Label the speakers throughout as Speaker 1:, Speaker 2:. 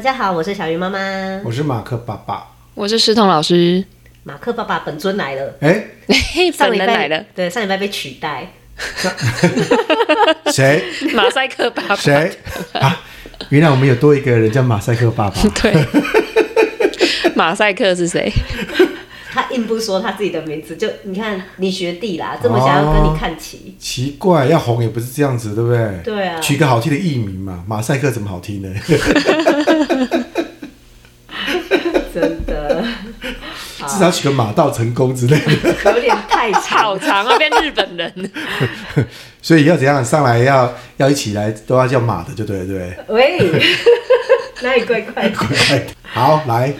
Speaker 1: 家好，我是小鱼妈妈。
Speaker 2: 我是马克爸爸。
Speaker 3: 我是石彤老师，
Speaker 1: 马克爸爸本尊来了，
Speaker 2: 哎，
Speaker 1: 上礼
Speaker 3: 本人
Speaker 1: 拜
Speaker 3: 来 了，
Speaker 1: 对，上礼拜被取代，
Speaker 2: 谁
Speaker 3: 马赛克爸爸，
Speaker 2: 谁啊？原来我们有多一个人叫马赛克爸爸。
Speaker 3: 对，马赛克是谁？
Speaker 1: 他硬不说他自己的名字，就你看你学弟啦，这么想要跟你看齐，
Speaker 2: 奇怪，要红也不是这样子，对不对？
Speaker 1: 对啊
Speaker 2: 取个好听的艺名嘛，马赛克怎么好听呢？
Speaker 1: 真的啊
Speaker 2: 至少取个马到成功之类 的。
Speaker 1: 有点太吵
Speaker 3: 好。长啊，变日本人。
Speaker 2: 所以要怎样上来要要一起来都要叫马的，就对了，对不对？
Speaker 1: 喂，哪里怪怪的？
Speaker 2: 哎 好，来，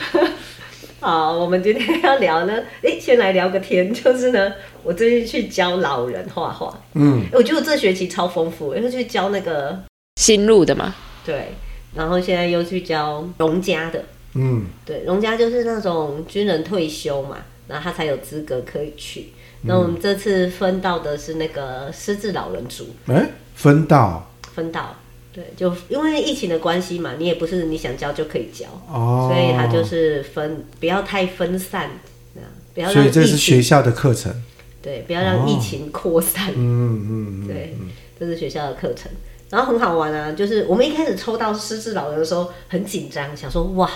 Speaker 1: 好，我们今天要聊呢，诶，先来聊个天，就是呢，我最近去教老人画画，
Speaker 2: 嗯，
Speaker 1: 诶我觉得我这学期超丰富，因为去教那个
Speaker 3: 新入的嘛，
Speaker 1: 对，然后现在又去教农家的，
Speaker 2: 嗯，
Speaker 1: 对，农家就是那种军人退休嘛，然后他才有资格可以去。那我们这次分到的是那个失智老人组
Speaker 2: 哎，分到
Speaker 1: 分到，对，就因为疫情的关系嘛，你也不是你想教就可以教，
Speaker 2: 哦，
Speaker 1: 所以他就是分，不要太分散，这样不要
Speaker 2: 所
Speaker 1: 让
Speaker 2: 以这
Speaker 1: 疫
Speaker 2: 是哦学
Speaker 1: 情
Speaker 2: 校的课程，
Speaker 1: 对，不要让疫情扩散，
Speaker 2: 嗯嗯，嗯，
Speaker 1: 对，这是学校的课程。然后很好玩啊，就是我们一开始抽到失智老人的时候很紧张，想说哇，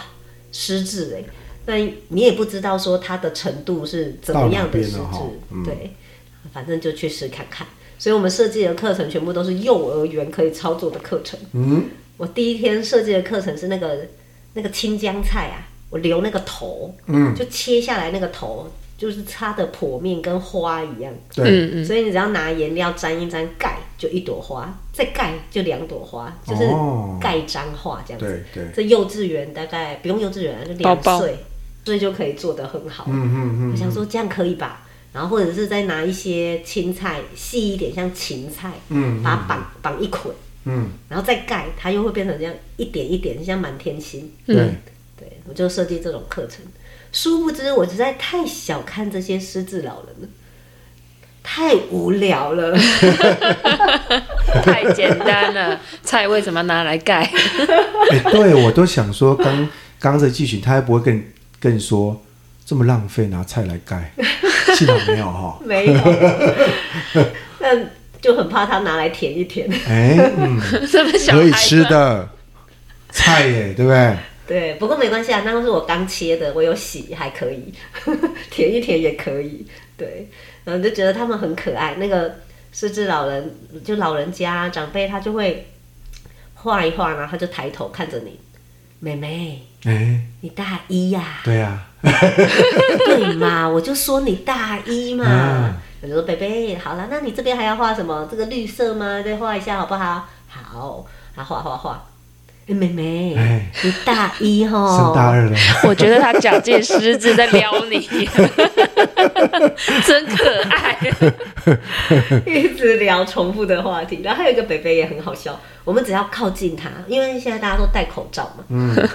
Speaker 1: 失智哎、那你也不知道说他的程度是怎么样的失智
Speaker 2: 到哪边了哈，嗯
Speaker 1: 对，反正就去试看看。所以我们设计的课程全部都是幼儿园可以操作的课程。
Speaker 2: 嗯，
Speaker 1: 我第一天设计的课程是那个那个青江菜啊，我留那个头，
Speaker 2: 嗯，
Speaker 1: 就切下来那个头，就是擦的剖面跟花一样，
Speaker 2: 对，
Speaker 1: 所以你只要拿颜料沾一沾，盖就一朵花，再盖就两朵花，就是
Speaker 2: 哦
Speaker 1: 盖章画这样子。
Speaker 2: 对对，
Speaker 1: 这幼稚园大概不用幼稚园啊，就两
Speaker 3: 包包
Speaker 1: 岁，所以就可以做得很好。
Speaker 2: 嗯嗯
Speaker 1: 我想说这样可以吧，然后或者是再拿一些青菜细一点，像芹菜，
Speaker 2: 嗯
Speaker 1: 把它绑绑一捆，
Speaker 2: 嗯，
Speaker 1: 然后再盖，它又会变成这样一点一点，像满天星。
Speaker 2: 对，
Speaker 1: 对，我就设计这种课程。殊不知，我实在太小看这些失智老人了，太无聊了。
Speaker 3: 太简单了。菜为什么拿来 盖？
Speaker 2: 哎、对我都想说，刚刚这剧情，他还不会跟你跟你说这么浪费，拿菜来盖， 幸好没有哈。
Speaker 1: 没有， 但就很怕他拿来舔一舔。
Speaker 2: 哎、嗯，
Speaker 3: 这么小
Speaker 2: 可以
Speaker 3: 孩
Speaker 2: 吃的菜耶，对不对？
Speaker 1: 对，不过没关系啊，那都是我刚切的，我有洗还可以， 舔一舔也可以。对，然后就觉得他们很可爱。那个失智老人，就老人家长辈，他就会画一画，然后他就抬头看着你，妹妹，
Speaker 2: 哎、
Speaker 1: 你大一呀、
Speaker 2: 对啊呀、
Speaker 1: 对嘛，我就说你大一嘛
Speaker 2: 啊。
Speaker 1: 我就说北北，好了，那你这边还要画什么？这个绿色吗？再画一下好不好？好，啊，画画画。哎妹妹，
Speaker 2: 哎
Speaker 1: 你大一 吼，
Speaker 2: 升大二了，
Speaker 3: 我觉得他假借狮子在撩 你，真可爱。
Speaker 1: 一直聊重复的话题。然后还有一个北北也很好笑，我们只要靠近他，因为现在大家都戴口罩嘛，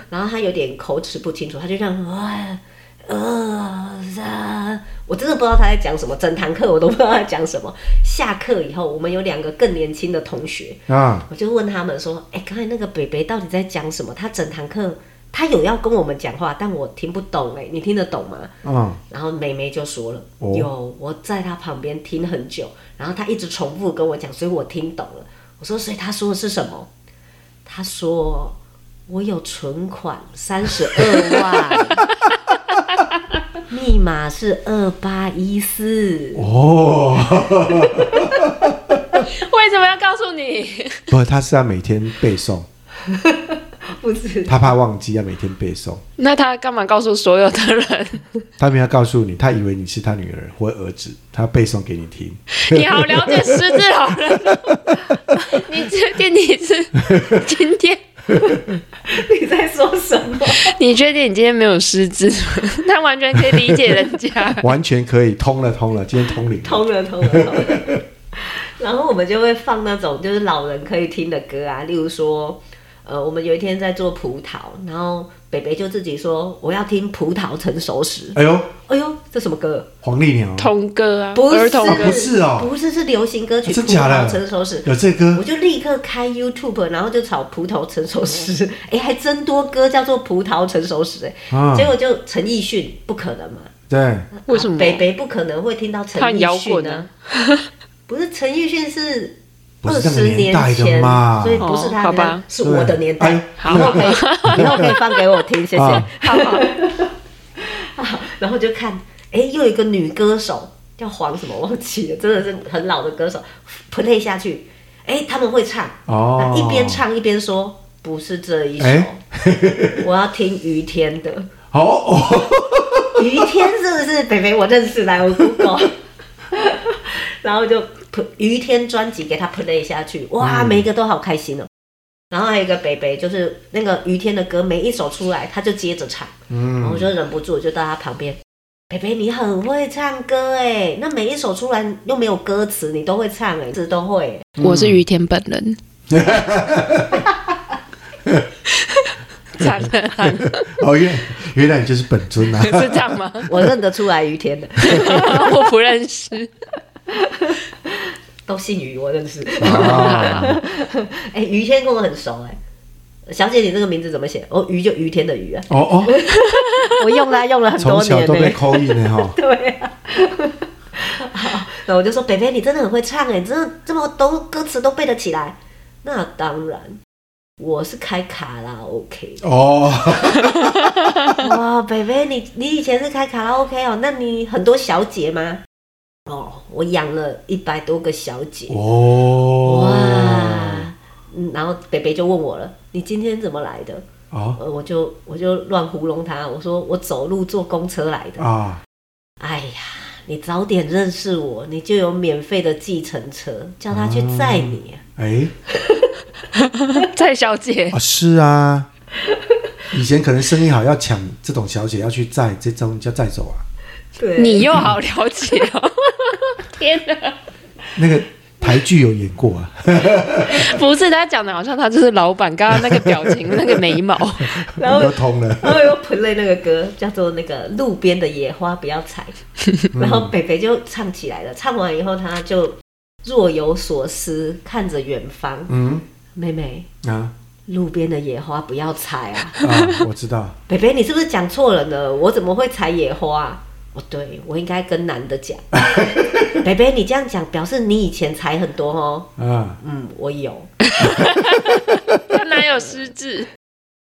Speaker 1: 然后他有点口齿不清楚，他就这样哇。呃，啊我真的不知道他在讲什么，整堂课我都不知道他在讲什么。下课以后，我们有两个更年轻的同学，
Speaker 2: 啊，
Speaker 1: 我就问他们说：“哎、刚才那个北北到底在讲什么？他整堂课他有要跟我们讲话，但我听不懂哎、你听得懂吗？”
Speaker 2: 嗯，
Speaker 1: 然后妹妹就说了：“
Speaker 2: 哦
Speaker 1: 有，我在她旁边听很久，然后她一直重复跟我讲，所以我听懂了。”我说：“所以她说的是什么？”她说：“我有存款三十二万，密码是二八一四。
Speaker 2: 哦，
Speaker 3: 为什么要告诉你？
Speaker 2: 不，他是要每天背诵，”
Speaker 1: 不是，
Speaker 2: 他怕忘记，要每天背诵。
Speaker 3: 那他干嘛告诉所有的 人？
Speaker 2: 他没有告诉你，他以为你是他女儿或儿子，他背诵给你听。。
Speaker 3: 你好了解狮子老 人哦，你确定你是今天？
Speaker 1: 你在说什么？
Speaker 3: 你确定你今天没有失智 吗？他完全可以理解人家
Speaker 2: 完全可以通了，通了，今天通灵了。
Speaker 1: 通了，通了，通了。然后我们就会放那种就是老人可以听的歌啊，例如说，呃，我们有一天在做葡萄，然后北北就自己说我要听葡萄成熟时。
Speaker 2: 哎呦，
Speaker 1: 哎呦，这什么歌？
Speaker 2: 黄历鸟
Speaker 3: 童歌啊，
Speaker 1: 不是
Speaker 3: 儿童
Speaker 2: 啊
Speaker 3: 歌
Speaker 2: 不，是哦
Speaker 1: 不是，是流行歌曲《
Speaker 2: 真
Speaker 1: 葡
Speaker 2: 假的
Speaker 1: 萄成熟时》。
Speaker 2: 有这歌
Speaker 1: 我，就立刻开 YouTube，然后就找葡萄成熟时，
Speaker 2: 嗯
Speaker 1: 哎、还真多歌叫做葡萄成熟时、哎、
Speaker 2: 啊
Speaker 1: 结果就陈奕迅不可能嘛，
Speaker 2: 对，
Speaker 3: 为什么？
Speaker 1: 北北不可能会听到陈
Speaker 3: 他很摇
Speaker 1: 奕迅
Speaker 3: 滚
Speaker 1: 呢
Speaker 3: 啊？
Speaker 1: 不是陈奕迅是
Speaker 2: 不
Speaker 1: 二
Speaker 2: 是那个
Speaker 1: 十
Speaker 2: 年代的
Speaker 1: 前
Speaker 2: 嘛
Speaker 1: 所以不是他
Speaker 3: 哦好
Speaker 1: 的，
Speaker 3: 吧
Speaker 1: 是我的年代
Speaker 2: 对。
Speaker 1: 以后可 以，以后可以放给我听，谢谢。
Speaker 2: 啊
Speaker 1: 好好好，然后就看，哎，又有一个女歌手叫黄什么忘记了，真的是很老的歌手，play 下去，哎，他们会唱，
Speaker 2: 哦
Speaker 1: 那一边唱一边说不是这一首，
Speaker 2: 哎
Speaker 1: 我要听于天的。
Speaker 2: 好哦，
Speaker 1: 于天是不是北北我认识来我 Google，然后就 pl- 于天专辑给他 play 下去，哇，每一个都好开心哦。然后还有一个北北，就是那个于天的歌，每一首出来他就接着唱，然后我
Speaker 2: 嗯，
Speaker 1: 就忍不住就到他旁边，北北你很会唱歌哎，那每一首出来又没有歌词，你都会唱哎，词都会哎。
Speaker 3: 我是于田本人。惨了，惨了，
Speaker 2: 哦，原原来你就是本尊啊，
Speaker 3: 是这样吗？
Speaker 1: 我认得出来于天的，
Speaker 3: 我不认识。
Speaker 1: 都姓于，我认识。
Speaker 2: 啊，
Speaker 1: 哎，于天跟我很熟哎，小姐你这个名字怎么写？哦，于就于天的于啊。
Speaker 2: 哦哦，
Speaker 1: 我用它用了很
Speaker 2: 从
Speaker 1: 多
Speaker 2: 小
Speaker 1: 年
Speaker 2: 都
Speaker 1: 呢、
Speaker 2: 被扣印呢哈，
Speaker 1: 对啊。然后我就说：“北北，你真的很会唱哎、你真的这么多歌词都背得起来。”那当然，我是开卡拉 OK
Speaker 2: 哦，
Speaker 1: 的。哇，北北，你你以前是开卡拉 OK 哦？那你很多小姐吗？哦，我养了一百多个小姐。哇
Speaker 2: 哦，，
Speaker 1: 嗯然后北北就问我了：“你今天怎么来的
Speaker 2: 哦？”
Speaker 1: 呃，我就我就乱糊弄他，我说我走路坐公车来的。
Speaker 2: 啊，
Speaker 1: 哎呀，你早点认识我，你就有免费的计程车，叫他去载你、啊
Speaker 2: 哎，
Speaker 3: 蔡小姐
Speaker 2: 啊，是啊，以前可能生意好要抢这种小姐要去载，这种叫载走啊。
Speaker 1: 对
Speaker 3: 你又好了解 哦！天哪，
Speaker 2: 那个台剧有演过啊，
Speaker 3: 不是他讲的，好像他就是老板。刚刚那个表情，那个眉毛，
Speaker 1: 然后
Speaker 2: 都通了。
Speaker 1: 然后又 play 那个歌，叫做那个路边的野花不要采，然后北北就唱起来了。唱完以后，他就若有所思，看着远方。
Speaker 2: 嗯
Speaker 1: 妹妹，
Speaker 2: 啊
Speaker 1: 路边的野花不要采啊！
Speaker 2: 啊，我知道。
Speaker 1: 北北，你是不是讲错了呢？我怎么会采野花、啊？哦，对，我应该跟男的讲。北北，你这样讲，表示你以前采很多哦。
Speaker 2: 啊，
Speaker 1: 嗯，我有。
Speaker 3: 他哪有失智？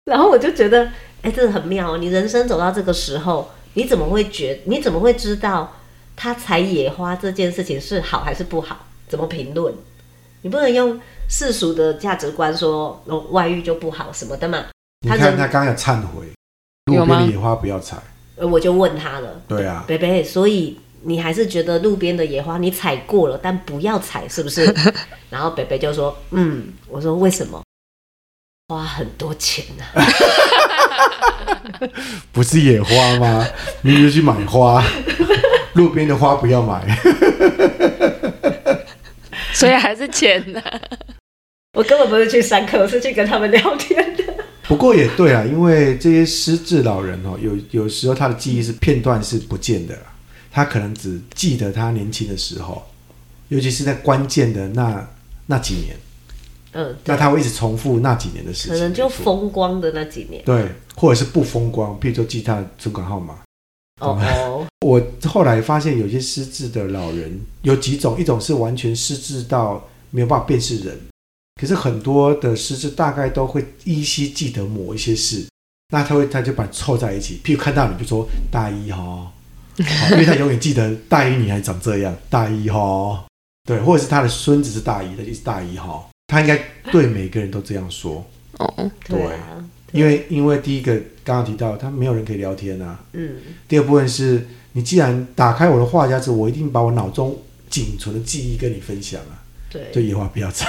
Speaker 1: 然后我就觉得，哎，真的很妙哦！你人生走到这个时候，你怎么会觉？你怎么会知道他采野花这件事情是好还是不好？怎么评论？你不能用世俗的价值观说，哦，外遇就不好什么的嘛。
Speaker 2: 你
Speaker 1: 他
Speaker 2: 看
Speaker 1: 人
Speaker 2: 他刚刚有忏悔，路
Speaker 3: 有
Speaker 2: 边
Speaker 3: 吗
Speaker 2: 的野花不要采。
Speaker 1: 呃我就问他了，
Speaker 2: 对啊，
Speaker 1: 北北，所以你还是觉得路边的野花你采过了，但不要采，是不是？ 然后北北就说，嗯，我说为什么？花很多钱呢、啊，
Speaker 2: 不是野花吗？ 你就去买 花，路边的花不要买。
Speaker 3: 所以还是钱呐、啊
Speaker 1: 我根本不是去上课，我是去跟他们聊天的。
Speaker 2: 不过也对啊，因为这些失智老人哦，有有时候他的记忆是片段是不见的啦，他可能只记得他年轻的时候，尤其是在关键的那那几年，
Speaker 1: 嗯，
Speaker 2: 那他会一直重复那几年的事情，
Speaker 1: 可能就
Speaker 2: 重复
Speaker 1: 风光的那几年。
Speaker 2: 对，或者是不风光，譬如说记他的存款号码。
Speaker 1: 哦 哦，
Speaker 2: 我后来发现，有些失智的老人有几种，一种是完全失智到没有办法辨识人，可是很多的失智大概都会依稀记得某一些事，那他会他就把你凑在一起，譬如看到你就说大一哈、哦，因为他永远记得大一你还长这样，大一哈、哦，对，或者是他的孙子是大一，他就是大一哈、哦，他应该对每个人都这样说，
Speaker 3: 哦，
Speaker 1: 对啊，
Speaker 2: 因为因为第一个刚刚提到他没有人可以聊天啊，
Speaker 1: 嗯，
Speaker 2: 第二部分是你既然打开我的话匣子，我一定把我脑中仅存的记忆跟你分享啊。
Speaker 1: 对。
Speaker 2: 对野花不 要摘，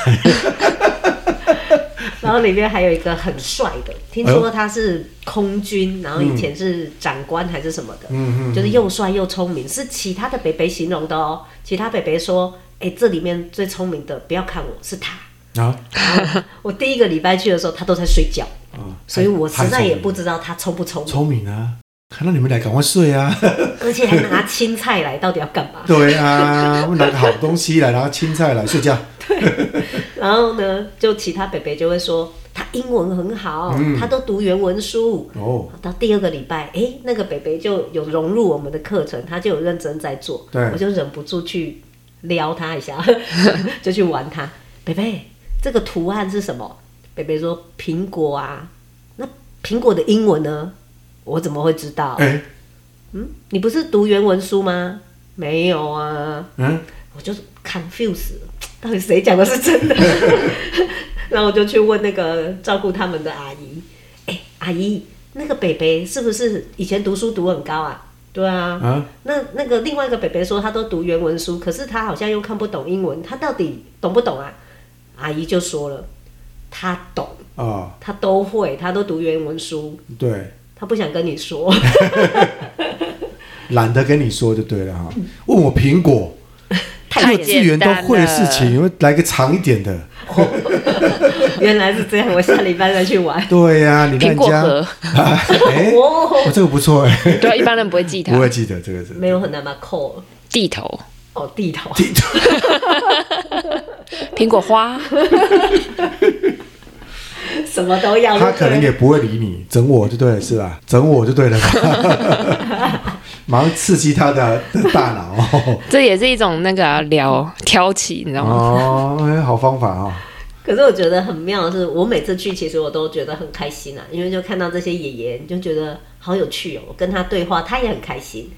Speaker 1: 然后里面还有一个很帅的，听
Speaker 2: 哎
Speaker 1: 说
Speaker 2: 呦
Speaker 1: 他是空军，然后以前是长官还是什么的，
Speaker 2: 嗯
Speaker 1: 就是又帅又聪明，是其他的北北形容的哦。其他北北说，哎，这里面最聪明的，不要看我是他。
Speaker 2: 嗯，啊，
Speaker 1: 我第一个礼拜去的时候，他都在睡觉，
Speaker 2: 啊，
Speaker 1: 所以我实在也不
Speaker 2: 太
Speaker 1: 知道他聪不聪明，
Speaker 2: 聪明啊，看到你们来赶快睡啊，
Speaker 1: 而且还拿青菜来，到底要干嘛？
Speaker 2: 对啊，拿个好东西来，拿青菜来睡觉，
Speaker 1: 然后呢，就其他北北就会说他英文很好，
Speaker 2: 嗯
Speaker 1: 他都读原文书。
Speaker 2: 哦，
Speaker 1: 到第二个礼拜，哎，那个北北就有融入我们的课程，他就有认真在做，
Speaker 2: 对
Speaker 1: 我就忍不住去撩他一下， 就去玩他。北北，这个图案是什么？北北说苹果啊，那苹果的英文呢？我怎么会知道？
Speaker 2: 哎，
Speaker 1: 嗯，你不是读原文书吗？没有啊，
Speaker 2: 嗯，
Speaker 1: 我就是 confuse，到底谁讲的是真的？ 然后我就去问那个照顾他们的阿姨，哎、阿姨，那个北北是不是以前读书读很高啊？对啊，
Speaker 2: 啊，
Speaker 1: 那那个另外一个北北说他都读原文书，可是他好像又看不懂英文，他到底懂不懂啊？阿姨就说了，他懂，
Speaker 2: 哦，
Speaker 1: 他都会，他都读原文书，
Speaker 2: 对，
Speaker 1: 他不想跟你说。
Speaker 2: 懒得跟你说就对了哈。
Speaker 1: 嗯
Speaker 2: 问我 苹果，幼
Speaker 3: 太
Speaker 2: 稚园
Speaker 3: 简
Speaker 2: 都
Speaker 3: 单了。
Speaker 2: 会的事情，因为来个长一点的。
Speaker 1: 原来是这样，我下礼拜再去 玩。
Speaker 2: 对呀、你让人
Speaker 3: 苹果
Speaker 2: 家
Speaker 3: 核，
Speaker 2: 啊 哎，
Speaker 1: 哦，
Speaker 2: 哦，这个不错哎，
Speaker 3: 对啊，一般人不会记它
Speaker 2: 我。也记得这个是
Speaker 1: 没 有很难吧扣
Speaker 3: 地头，
Speaker 1: 哦，地头。
Speaker 3: 苹果花，
Speaker 1: 什么都要。
Speaker 2: 他可能也不会理你，整我就对了，是 吧？整我就对了 吧，马上刺激他的的大 脑哦
Speaker 3: 这也是一种那个啊聊挑起，你知道吗？
Speaker 2: 哦，哎好方法哦。
Speaker 1: 可是我觉得很妙的是，我每次去其实我都觉得很开心啊，因为就看到这些爷爷，你就觉得好有趣哦。我跟他对话，他也很开心。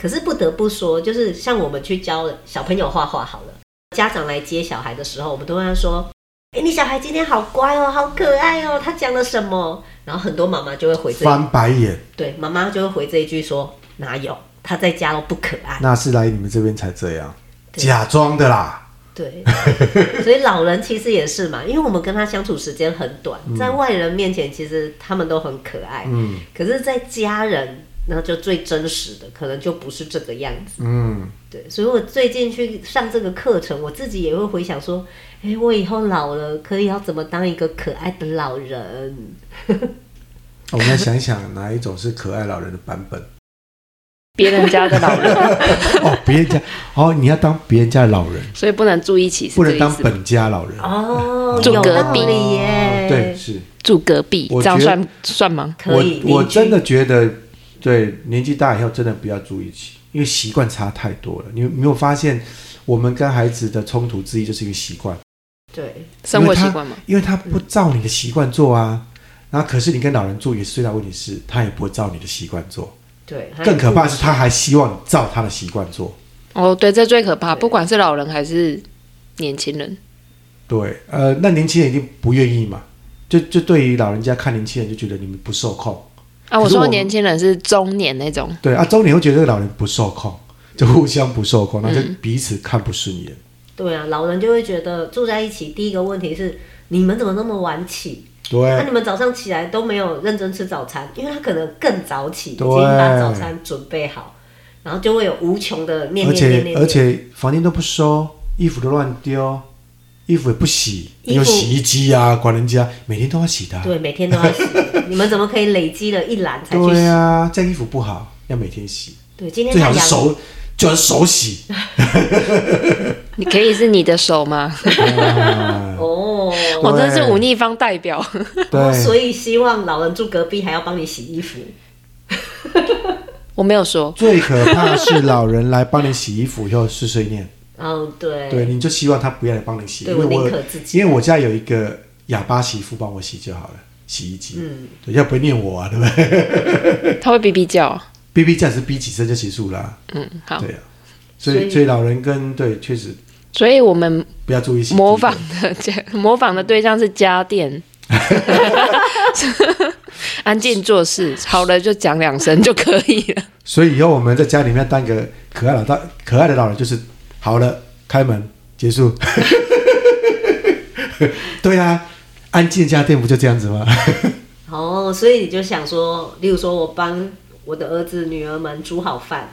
Speaker 1: 可是不得不说，就是像我们去教小朋友画画好了，家长来接小孩的时候，我们都会说：“哎、你小孩今天好乖哦，好可爱哦，他讲了什么？”然后很多妈妈就会回这一
Speaker 2: 翻白眼，
Speaker 1: 对妈妈就会回这一句说：“哪有？他在家都不可爱。
Speaker 2: 那是来你们这边才这样，
Speaker 1: 对
Speaker 2: 假装的啦。”
Speaker 1: 对， 所以老人其实也是嘛，因为我们跟他相处时间很短，在外人面前其实他们都很可爱，
Speaker 2: 嗯
Speaker 1: 可是，在家人那就最真实的，可能就不是这个样子。
Speaker 2: 嗯，
Speaker 1: 对，所以我最近去上这个课程，我自己也会回想说，哎，我以后老了可以要怎么当一个可爱的老人？
Speaker 2: 我们来想一想哪一种是可爱老人的版本
Speaker 3: 别人家的老人，
Speaker 2: 哦，别人家哦，你要当别人家的老人，
Speaker 3: 所以不能住一起，是
Speaker 2: 不
Speaker 3: 这
Speaker 2: 能
Speaker 3: 个意
Speaker 2: 当
Speaker 3: 思吗
Speaker 2: 本家老人。
Speaker 1: 哦，
Speaker 3: 住
Speaker 1: 有
Speaker 3: 隔
Speaker 1: 道
Speaker 3: 壁
Speaker 1: 理耶，
Speaker 2: 对，，是
Speaker 3: 住隔壁，
Speaker 2: 我
Speaker 3: 这样
Speaker 2: 觉
Speaker 3: 算算吗？
Speaker 1: 可以，
Speaker 2: 我我
Speaker 1: 邻居
Speaker 2: 真的觉得，对年纪大以后真的不要住一起，因为习惯差太多了。你有没有发现，我们跟孩子的冲突之一就是一个习惯，
Speaker 1: 对，
Speaker 3: 生活习惯吗？
Speaker 2: 因为他不照你的习惯做啊。然后可是你跟老人住也是最大问题是，他也不会照你的习惯做。
Speaker 1: 对，
Speaker 2: 更可怕的是，他还希望你照他的习惯做。
Speaker 3: 哦，对，这最可怕，
Speaker 1: 对
Speaker 3: 不管是老人还是年轻人，
Speaker 2: 对，呃，那年轻人一定不愿意嘛。就就对于老人家看年轻人就觉得你们不受控，
Speaker 3: 啊，
Speaker 2: 可
Speaker 3: 我
Speaker 2: 是我
Speaker 3: 说
Speaker 2: 们
Speaker 3: 年轻人是中年那种，
Speaker 2: 对啊，中年会觉得这个老人不受控，就互相不受
Speaker 1: 嗯
Speaker 2: 控，那就彼此看不顺眼。
Speaker 1: 对啊，老人就会觉得住在一起，第一个问题是你们怎么那么晚起？
Speaker 2: 对，
Speaker 1: 那、你们早上起来都没有认真吃早餐，因为他可能更早起，已
Speaker 2: 对
Speaker 1: 经把早餐准备好，然后就会有无穷的念念
Speaker 2: 而
Speaker 1: 念
Speaker 2: 且
Speaker 1: 念
Speaker 2: 而
Speaker 1: 念。
Speaker 2: 且房间都不收，衣服都乱丢，衣服也不洗，
Speaker 1: 衣服
Speaker 2: 你有洗衣机啊，管人家每天都要洗的啊、
Speaker 1: 对，每天都要洗，你们怎么可以累积了一篮才去洗？
Speaker 2: 对啊，这样衣服不好，要每天洗，
Speaker 1: 对今天
Speaker 2: 最
Speaker 1: 太
Speaker 2: 好是
Speaker 1: 阳
Speaker 2: 手，最好是手洗。
Speaker 3: 你可以是你的 手吗？
Speaker 2: 啊、
Speaker 1: 哦，
Speaker 3: 我真是忤逆方代表，
Speaker 1: 所
Speaker 2: 对，
Speaker 1: 以希望老人住隔壁还要帮你洗衣服，
Speaker 3: 我没有说，
Speaker 2: 最可怕是老人来帮你洗衣服以后碎碎念，
Speaker 1: 然后哦对
Speaker 2: 对，你就希望他不要来帮你洗，
Speaker 1: 对
Speaker 2: 因为
Speaker 1: 我
Speaker 2: 我
Speaker 1: 宁可自己
Speaker 2: 因为我家有一个哑巴媳妇帮我洗就好了，洗衣机，嗯，对，要不会念我啊，对不 对
Speaker 3: 他会哔哔叫。
Speaker 2: ？B B 站是逼几声就结束了啊、
Speaker 3: 嗯，好，
Speaker 2: 对啊，所以
Speaker 1: 所以
Speaker 2: 所以老人跟对确实
Speaker 3: 所以我们
Speaker 2: 不要注意
Speaker 3: 模仿的家，模仿的对 象是家电。 安静做事，好了就讲两声就可以了。
Speaker 2: 所以以后我们在家里面当个可爱老大、可爱的老人，就是好了，开门结束。 对啊，安静家店不就这样子吗？
Speaker 1: 哦，所以你就想说，例如说我帮我的儿子女儿们煮好饭，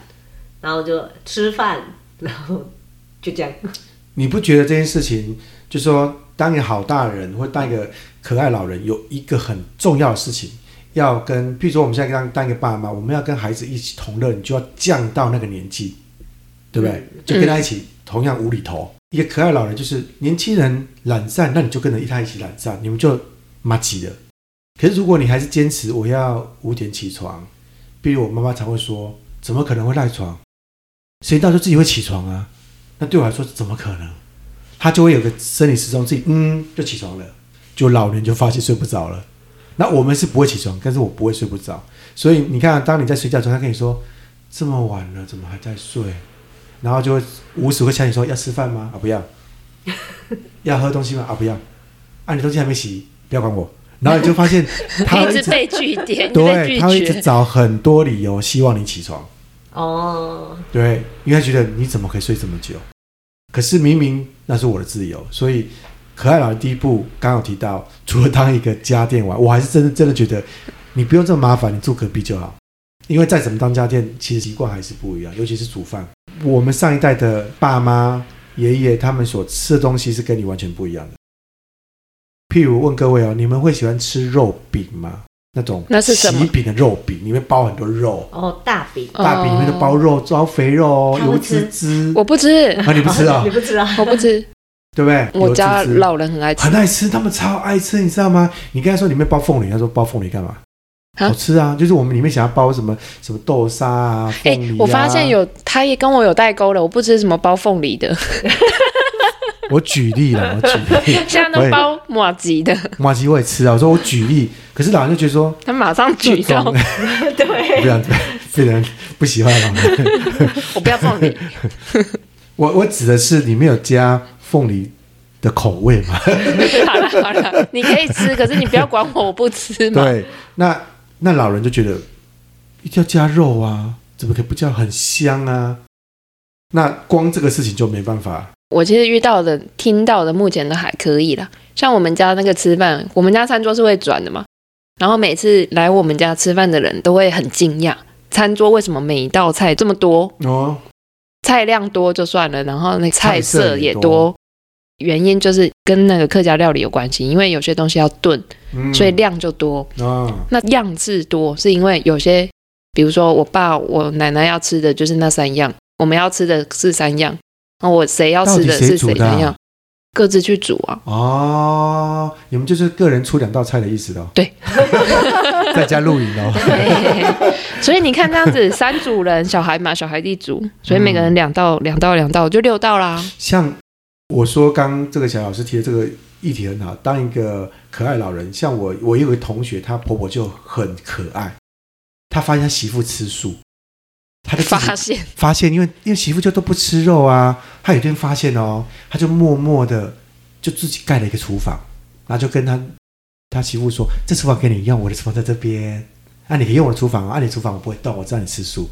Speaker 1: 然后就吃饭，然后就这样。
Speaker 2: 你不觉得这件事情，就说当一个好大人或当一个可爱老人，有一个很重要的事情要跟，譬如说我们现在当当一个爸妈，我们要跟孩子一起同乐，你就要降到那个年纪，对不对？就跟他一起同样无厘头。一个可爱老人就是年轻人懒散，那你就跟着他一起懒散，你们就麻吉了。可是如果你还是坚持我要五点起床，比如我妈妈常会说，怎么可能会赖床？谁到就自己会起床啊？那对我来说怎么可能？他就会有个生理时钟，自己嗯就起床了，就老人就发现睡不着了。那我们是不会起床，但是我不会睡不着。所以你看啊、当你在睡觉的时候，他跟你说这么晚了，怎么还在睡？然后就会无时会向你说要吃饭吗？啊，不 要。要喝东西吗？啊，不要。啊，你东西还没洗，不要管我。然后你就发现他
Speaker 3: 你
Speaker 2: 会
Speaker 3: 一
Speaker 2: 一
Speaker 3: 直
Speaker 2: 直
Speaker 3: 被拒 点，你被
Speaker 2: 对，
Speaker 3: 拒
Speaker 2: 他会一直
Speaker 3: 绝，
Speaker 2: 找很多理由希望你起床。
Speaker 1: 哦，
Speaker 2: 对，因为他觉得你怎么可以睡这么久？可是明明那是我的自由，所以可爱老人第一步刚刚有提到，除了当一个家电玩，我还是真的真的觉得你不用这么麻烦，你住隔壁就好。因为再怎么当家电，其实习惯还是不一样，尤其是煮饭。我们上一代的爸妈、爷爷他们所吃的东西是跟你完全不一样的。譬如问各位哦，你们会喜欢吃肉饼吗？那种
Speaker 3: 那是什么
Speaker 2: 喜饼的肉饼，里面包很多肉，
Speaker 1: 哦，大饼，
Speaker 2: 大饼里面的包肉、
Speaker 3: 哦
Speaker 2: 包肥肉、
Speaker 1: 他会
Speaker 2: 油脂汁，
Speaker 3: 我不吃，
Speaker 2: 啊，你不吃啊、
Speaker 1: 你不知 道，
Speaker 3: 我不吃，
Speaker 2: 对不对？
Speaker 3: 我家
Speaker 2: 油脂汁
Speaker 3: 老人很爱吃
Speaker 2: 很，爱吃，他们超爱吃，你知道吗？你刚才说里面包凤梨，他说包凤梨干嘛？
Speaker 3: 啊
Speaker 2: 好吃啊，就是我们里面想要包什么什么豆沙啊、
Speaker 3: 哎、
Speaker 2: 凤梨、啊
Speaker 3: 我发现，有，他也跟我有代沟了。我不吃什么包凤梨的，
Speaker 2: 我举例啦，我举例
Speaker 3: ，现在都包马吉的。
Speaker 2: 马吉我也吃啊，我说我举例，可是老人就觉得 说，
Speaker 3: 他马上举
Speaker 2: 这
Speaker 3: 到，
Speaker 2: 种不
Speaker 1: 对，
Speaker 2: 要变成不喜欢老人。
Speaker 3: 我不要凤梨，
Speaker 2: 我我指的是里面有加凤梨的口味嘛？
Speaker 3: 好了好了，你可以吃，可是你不要管我，我不吃嘛。
Speaker 2: 对，那那老人就觉得一定要加肉啊，怎么可以不加？很香啊。那光这个事情就没办法。
Speaker 3: 我其实遇到的、听到的，目前都还可以啦。像我们家那个吃饭，我们家餐桌是会转的嘛，然后每次来我们家吃饭的人都会很惊讶，餐桌为什么每一道菜这么多？
Speaker 2: 哦，
Speaker 3: 菜量多就算了，然后那菜色也
Speaker 2: 菜色也
Speaker 3: 多
Speaker 2: 多。
Speaker 3: 原因就是跟那个客家料理有关系，因为有些东西要炖，
Speaker 2: 嗯
Speaker 3: 所以量就多。
Speaker 2: 啊，
Speaker 3: 那样式多是因为有些，比如说我爸我奶奶要吃的就是那三样，我们要吃的是三样，那我谁要吃的
Speaker 2: 到底
Speaker 3: 是
Speaker 2: 谁煮
Speaker 3: 谁
Speaker 2: 的啊
Speaker 3: 三样，各自去煮啊。
Speaker 2: 哦，你们就是个人出两道菜的意思喽？
Speaker 3: 对，
Speaker 2: 在家露营哦。
Speaker 3: 所以你看这样 子，三组人，小孩嘛，小孩弟煮，所以每个人两道、两道、两道，就六道啦。
Speaker 2: 像我说刚这个小老师提的这个议题很好，当一个可爱老人，像我，我有个同学，她婆婆就很可爱，她发现她媳妇吃素，她就自己
Speaker 3: 发现
Speaker 2: 发现，因为因为媳妇就都不吃肉啊，她有一天发现哦，她就默默的就自己盖了一个厨房，然后就跟她她媳妇说：“这厨房给你用，我的厨房在这边，啊，你可以用我的厨房啊，啊，你厨房我不会动，我知道你吃素。”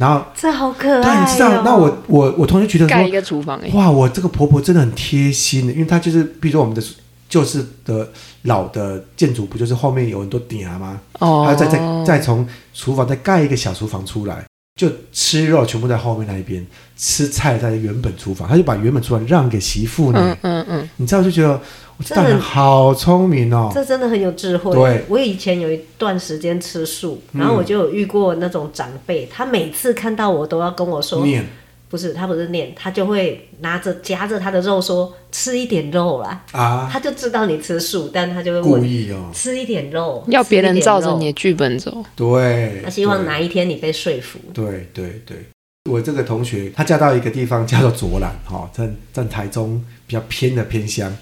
Speaker 2: 然后，
Speaker 1: 这好可爱、
Speaker 2: 但
Speaker 1: 哦。
Speaker 2: 你知道，那我我我同学觉得
Speaker 3: 盖一
Speaker 2: 说，
Speaker 3: 个厨房、欸，
Speaker 2: 哇，我这个婆婆真的很贴心，因为她就是，比如说我们的旧式的老的建筑，不就是后面有很多顶啊吗？
Speaker 3: 哦，
Speaker 2: 他再再再从厨房再盖一个小厨房出来，就吃肉全部在后面那一边，吃菜在原本厨房，他就把原本厨房让给媳妇呢。
Speaker 3: 嗯嗯嗯，
Speaker 2: 你知道就觉得我
Speaker 1: 这
Speaker 2: 大人好聪明哦，
Speaker 1: 这真的很有智慧。
Speaker 2: 对嗯
Speaker 1: 我以前有一段时间吃素，然后我就有遇过那种长辈，他每次看到我都要跟我说，
Speaker 2: 念
Speaker 1: 不是他不是念，他就会拿着夹着他的肉说吃一点肉啦，
Speaker 2: 啊，
Speaker 1: 他就知道你吃素，但他就会
Speaker 2: 故
Speaker 1: 问
Speaker 2: 意哦，
Speaker 1: 吃一点肉，
Speaker 3: 要别人照着
Speaker 1: 吃一
Speaker 3: 你
Speaker 1: 点
Speaker 3: 的剧本走，
Speaker 2: 对
Speaker 1: 肉，，他希望
Speaker 2: 对
Speaker 1: 哪一天你被说服。
Speaker 2: 对对对，我这个同学她嫁到一个地方叫做卓兰，哈、哦，在在台中比较偏的偏乡。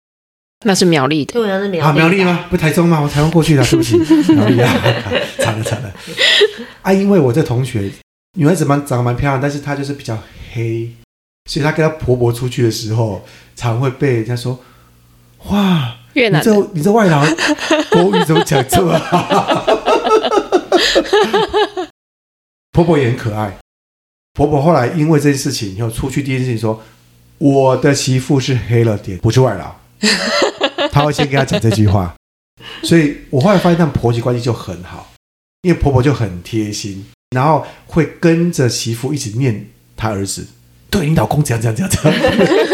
Speaker 3: 那是苗栗的。
Speaker 1: 对啊，那苗
Speaker 2: 啊，苗栗
Speaker 1: 栗
Speaker 2: 吗？不，台中吗？我台湾过去的，对不起， 苗栗啊，惨了惨了。啊，因为我这同学女孩子蛮长得蛮漂亮，但是她就是比较黑，所以她跟她婆婆出去的时候，常会被人家说：“哇，
Speaker 3: 越
Speaker 2: 你
Speaker 3: 南
Speaker 2: 这
Speaker 3: 的，
Speaker 2: 你这外 劳国语怎么讲这么好？婆婆也很可爱。婆婆后来因为这件事情以后出去，第一件事情说：“我的媳妇是黑了点，不是外 劳。”她会先跟她讲这句话，所以我后来发现他们婆媳关系就很好，因为婆婆就很贴心，然后会跟着媳妇一起念她 儿子，对你老公怎样怎样怎样怎样。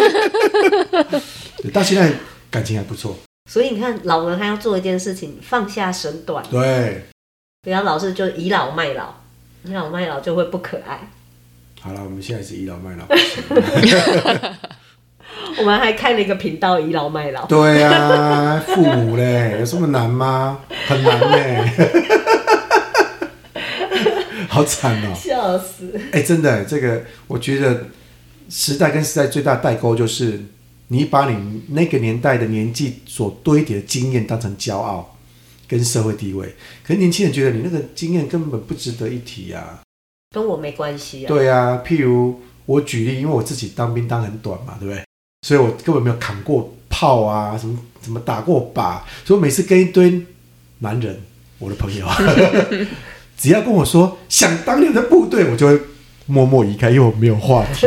Speaker 2: 对到现在感情还不错。
Speaker 1: 所以你看，老人还要做一件事情，放下身段，
Speaker 2: 对，
Speaker 1: 不要老是就倚老卖老，倚老卖老就会不可爱。
Speaker 2: 好了，我们现在是倚老卖老。
Speaker 1: 我们还开了一个频道，倚老卖老。
Speaker 2: 对呀、父母嘞，有这么难吗？很难嘞， 好惨哦、
Speaker 1: 笑死！
Speaker 2: 哎、真的，这个我觉得时代跟时代最大代沟就是，你把你那个年代的年纪所堆叠的经验当成骄傲跟社会地位，可是年轻人觉得你那个经验根本不值得一提啊。
Speaker 1: 跟我没关系啊。
Speaker 2: 对啊，譬如我举例，因为我自己当兵当很短嘛，对不对？所以我根本没有扛过炮啊，什么什么打过靶，所以我每次跟一堆男人，我的朋友，啊只要跟我说想当年的部队，我就会默默移开，因为我没有话题。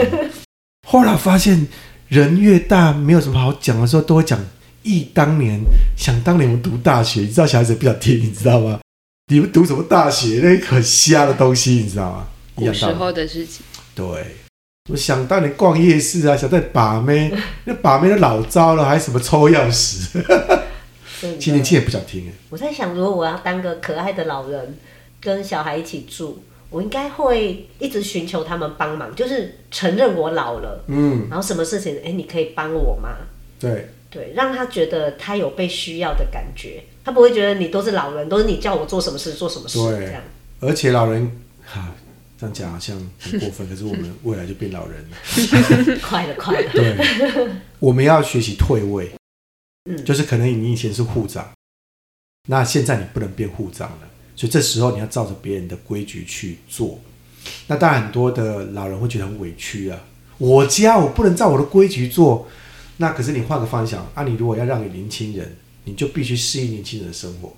Speaker 2: 后来发现，人越大，没有什么好讲的时候，都会讲忆当年，想当年我们读大学，你知道小孩子不想听，你知道吗？你们读什么大学？那很瞎的东西，你知道吗？一
Speaker 3: 古
Speaker 2: 样
Speaker 3: 时
Speaker 2: 道理。
Speaker 3: 候的事情，
Speaker 2: 对，我想当年逛夜市啊，想当年把 妹，那把妹都老招了，还什么抽钥 匙，
Speaker 1: 真的
Speaker 2: 七年轻也不想听哎。
Speaker 1: 我在想，如果我要当个可爱的老人，跟小孩一起住，我应该会一直寻求他们帮忙，就是承认我老了，
Speaker 2: 嗯，
Speaker 1: 然后什么事情，哎，你可以帮我吗？
Speaker 2: 对，
Speaker 1: 对，让他觉得他有被需要的感觉，他不会觉得你都是老人，都是你叫我做什么事做什么事
Speaker 2: 对
Speaker 1: 这样。
Speaker 2: 而且老人哈、这样讲好像很过分，可是我们未来就变老人了。
Speaker 1: 快了，快了，
Speaker 2: 对，我们要学习退位，
Speaker 1: 嗯
Speaker 2: 就是可能你以前是护长，那现在你不能变护长了，所以这时候你要照着别人的规矩去做。那当然，很多的老人会觉得很委屈啊，我家我不能照我的规矩做。那可是你换个方向啊，你如果要让给年轻人，你就必须适应年轻人的生活。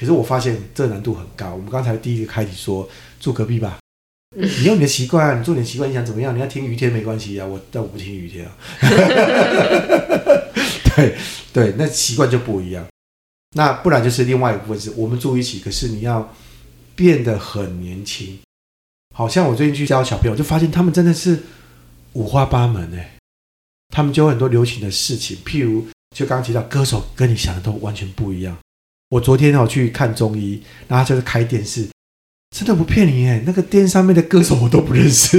Speaker 2: 可是我发现这难度很高。我们刚才第一个开题说住隔壁吧，你用你的习惯啊，你做你的习惯，你想怎么样？你要听于天没关系啊，我但我不听于天啊。 对对，那习惯就不一样。那不然就是另外一部分是我们住一起，可是你要变得很年轻。好像我最近去教小朋友，就发现他们真的是五花八门哎、他们就有很多流行的事情，譬如就刚刚提到歌手跟你想的都完全不一样。我昨天哦去看中医，然后他就是开电视，真的不骗你哎，那个电视上面的歌手我都不认 识，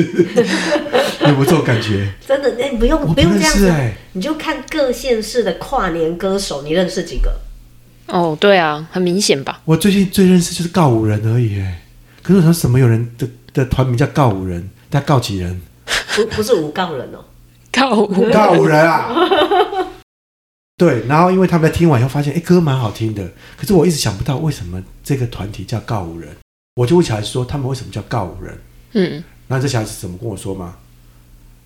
Speaker 2: 有没有这种感觉？
Speaker 1: 真的，哎、不用
Speaker 2: 我
Speaker 1: 不
Speaker 2: 不
Speaker 1: 用
Speaker 2: 认
Speaker 1: 这样
Speaker 2: 识
Speaker 1: 子，
Speaker 2: 哎，
Speaker 1: 你就看各县市的跨年歌手，你认识几个？
Speaker 3: 哦，对啊，很明显吧？
Speaker 2: 我最近最认识就是告五人而已哎。可是我说怎么有人的的团名叫告五人？他告几人？
Speaker 1: 不不是五告人哦，
Speaker 3: 靠 我，
Speaker 2: 告五人啊！对，然后因为他们在听完以后发现，哎，歌蛮好听的，可是我一直想不到为什么这个团体叫告五人。我就问小孩子说，他们为什么叫告五人？
Speaker 3: 嗯，
Speaker 2: 那这小孩子怎么跟我说嘛？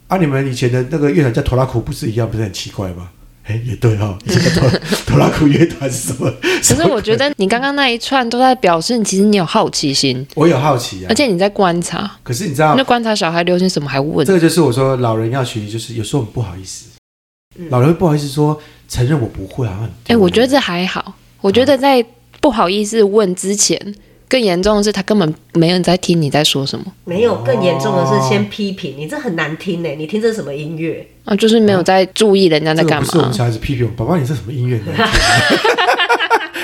Speaker 2: 啊，你们以前的那个乐团叫拖拉苦，不是一样，不是很奇怪吗？哎， 也
Speaker 3: 嗯
Speaker 2: 对哦，以前的拖拖拉苦乐团是什么？
Speaker 3: 可是我觉得你刚刚那一串都在表示，其实你有好奇心，
Speaker 2: 我有好奇啊
Speaker 3: 而，且你在观察，
Speaker 2: 可是你知道
Speaker 3: 你就观察小孩流行什么还问
Speaker 2: 这，个就是我说老人要学习，就是有时候很不好意思，
Speaker 1: 嗯
Speaker 2: 老人会不好意思说承认我不会，好像很丢
Speaker 3: 哎，
Speaker 2: 脸
Speaker 3: 我觉得这还好，我觉得在不好意思问之前，更严重的是他根本没人在听你在说什么
Speaker 1: 没有，更严重的
Speaker 2: 哦
Speaker 1: 是先批评你，这很难听欸呢。你听这是什么音乐？
Speaker 3: 啊，就是没有在注意人家在
Speaker 2: 这个
Speaker 3: 干
Speaker 2: 不是我
Speaker 3: 嘛
Speaker 2: 们，小孩子批评我，爸爸你这什么音乐呢？啊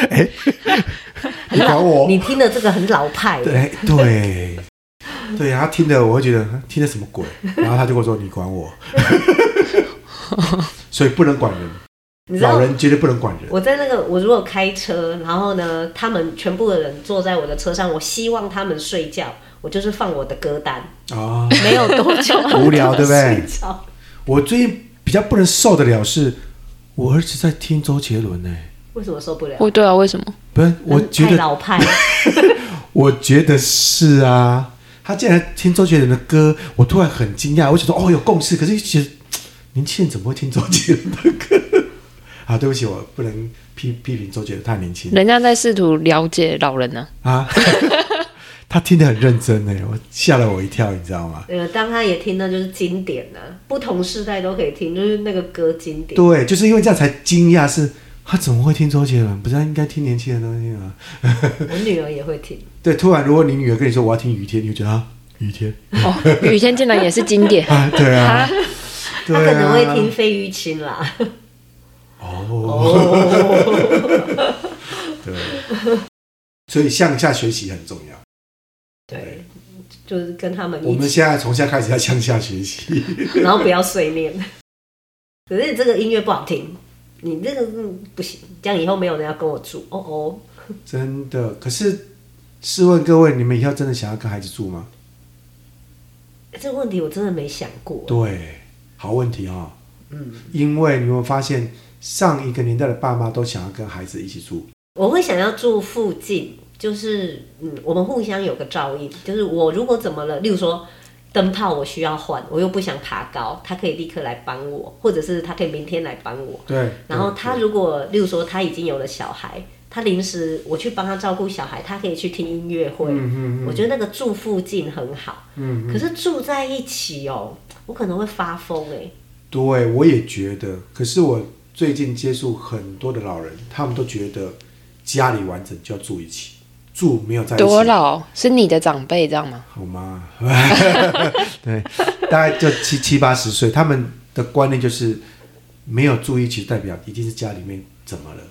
Speaker 2: 哎， 你管我？
Speaker 1: 你听的这个很老派，欸
Speaker 2: 对对对啊，他听的我会觉得啊听的什么鬼，然后他就跟我说你管我， 所以不能管人，
Speaker 1: 你知
Speaker 2: 老
Speaker 1: 道。
Speaker 2: 人绝对不能管人。
Speaker 1: 我在那个，我如果开车，然后呢，他们全部的人坐在我的车上，我希望他们睡觉，我就是放我的歌单，
Speaker 2: 啊、
Speaker 1: 没有多 久
Speaker 2: 无聊对不对
Speaker 1: 睡觉
Speaker 2: 我最近比较不能受得了是，我儿子在听周杰伦呢、
Speaker 1: 为什么受不了？
Speaker 3: 哦，对啊，为什么？
Speaker 2: 不是，我觉
Speaker 1: 太
Speaker 2: 得
Speaker 1: 老派，
Speaker 2: 我觉得是啊，他竟然听周杰伦的歌，我突然很惊讶，我想说哦有共识，可是其实年轻人怎么会听周杰伦的歌？ 啊，对不起，我不能批批评周杰伦太年轻
Speaker 3: 人家在试图了解老人 呢、
Speaker 2: 啊，他听得很认真呢，我吓了我一跳，你知道吗？
Speaker 1: 呃，当他也听到就是经典呐、不同世代都可以听，就是那个歌经典。
Speaker 2: 对，就是因为这样才惊讶是，他怎么会听周杰伦？不是他应该听年轻人的东西吗？
Speaker 1: 我女儿也会听，
Speaker 2: 对，突然如果你女儿跟你说我要听雨天，你会觉得啊雨天
Speaker 3: 哦，雨天竟然也是经典
Speaker 2: ，啊，对啊，
Speaker 1: 她
Speaker 2: 对
Speaker 1: 可能会听
Speaker 2: 啊，
Speaker 1: 费玉清啦。
Speaker 2: 哦，
Speaker 1: 哦，
Speaker 2: 对，所以向下学习很重要。
Speaker 1: 对，就是跟他们
Speaker 2: 我
Speaker 1: 一
Speaker 2: 们
Speaker 1: 起，
Speaker 2: 现在从现在开始要向下学习，
Speaker 1: 然后不要碎念。 可是这个音乐不好听，你这个嗯不行，这样以后没有人要跟我住。哦哦，
Speaker 2: 真的。可是，试问各位，你们以后真的想要跟孩子住吗？
Speaker 1: 哎这个问题我真的没想过。
Speaker 2: 对，好问题哦。
Speaker 1: 嗯，
Speaker 2: 因为你有没有发现，上一个年代的爸妈都想要跟孩子一起住，
Speaker 1: 我会想要住附近，就是嗯，我们互相有个照应，就是我如果怎么了，例如说灯泡我需要换，我又不想爬高，他可以立刻来帮我，或者是他可以明天来帮我。
Speaker 2: 对。
Speaker 1: 然后
Speaker 2: 嗯对
Speaker 1: 他如果，例如说他已经有了小孩，他临时我去帮他照顾小孩，他可以去听音乐会。
Speaker 2: 嗯嗯嗯
Speaker 1: 我觉得那个住附近很好，
Speaker 2: 嗯，
Speaker 1: 可是住在一起哦，我可能会发疯哎、
Speaker 2: 对，我也觉得。可是我最近接触很多的老人，他们都觉得家里完整就要住一起，住没有在一起。
Speaker 3: 多老是你的长辈这样吗？
Speaker 2: 好吗？ 对，大概就七七八十岁，他们的观念就是没有住一起，代表一定是家里面怎么了？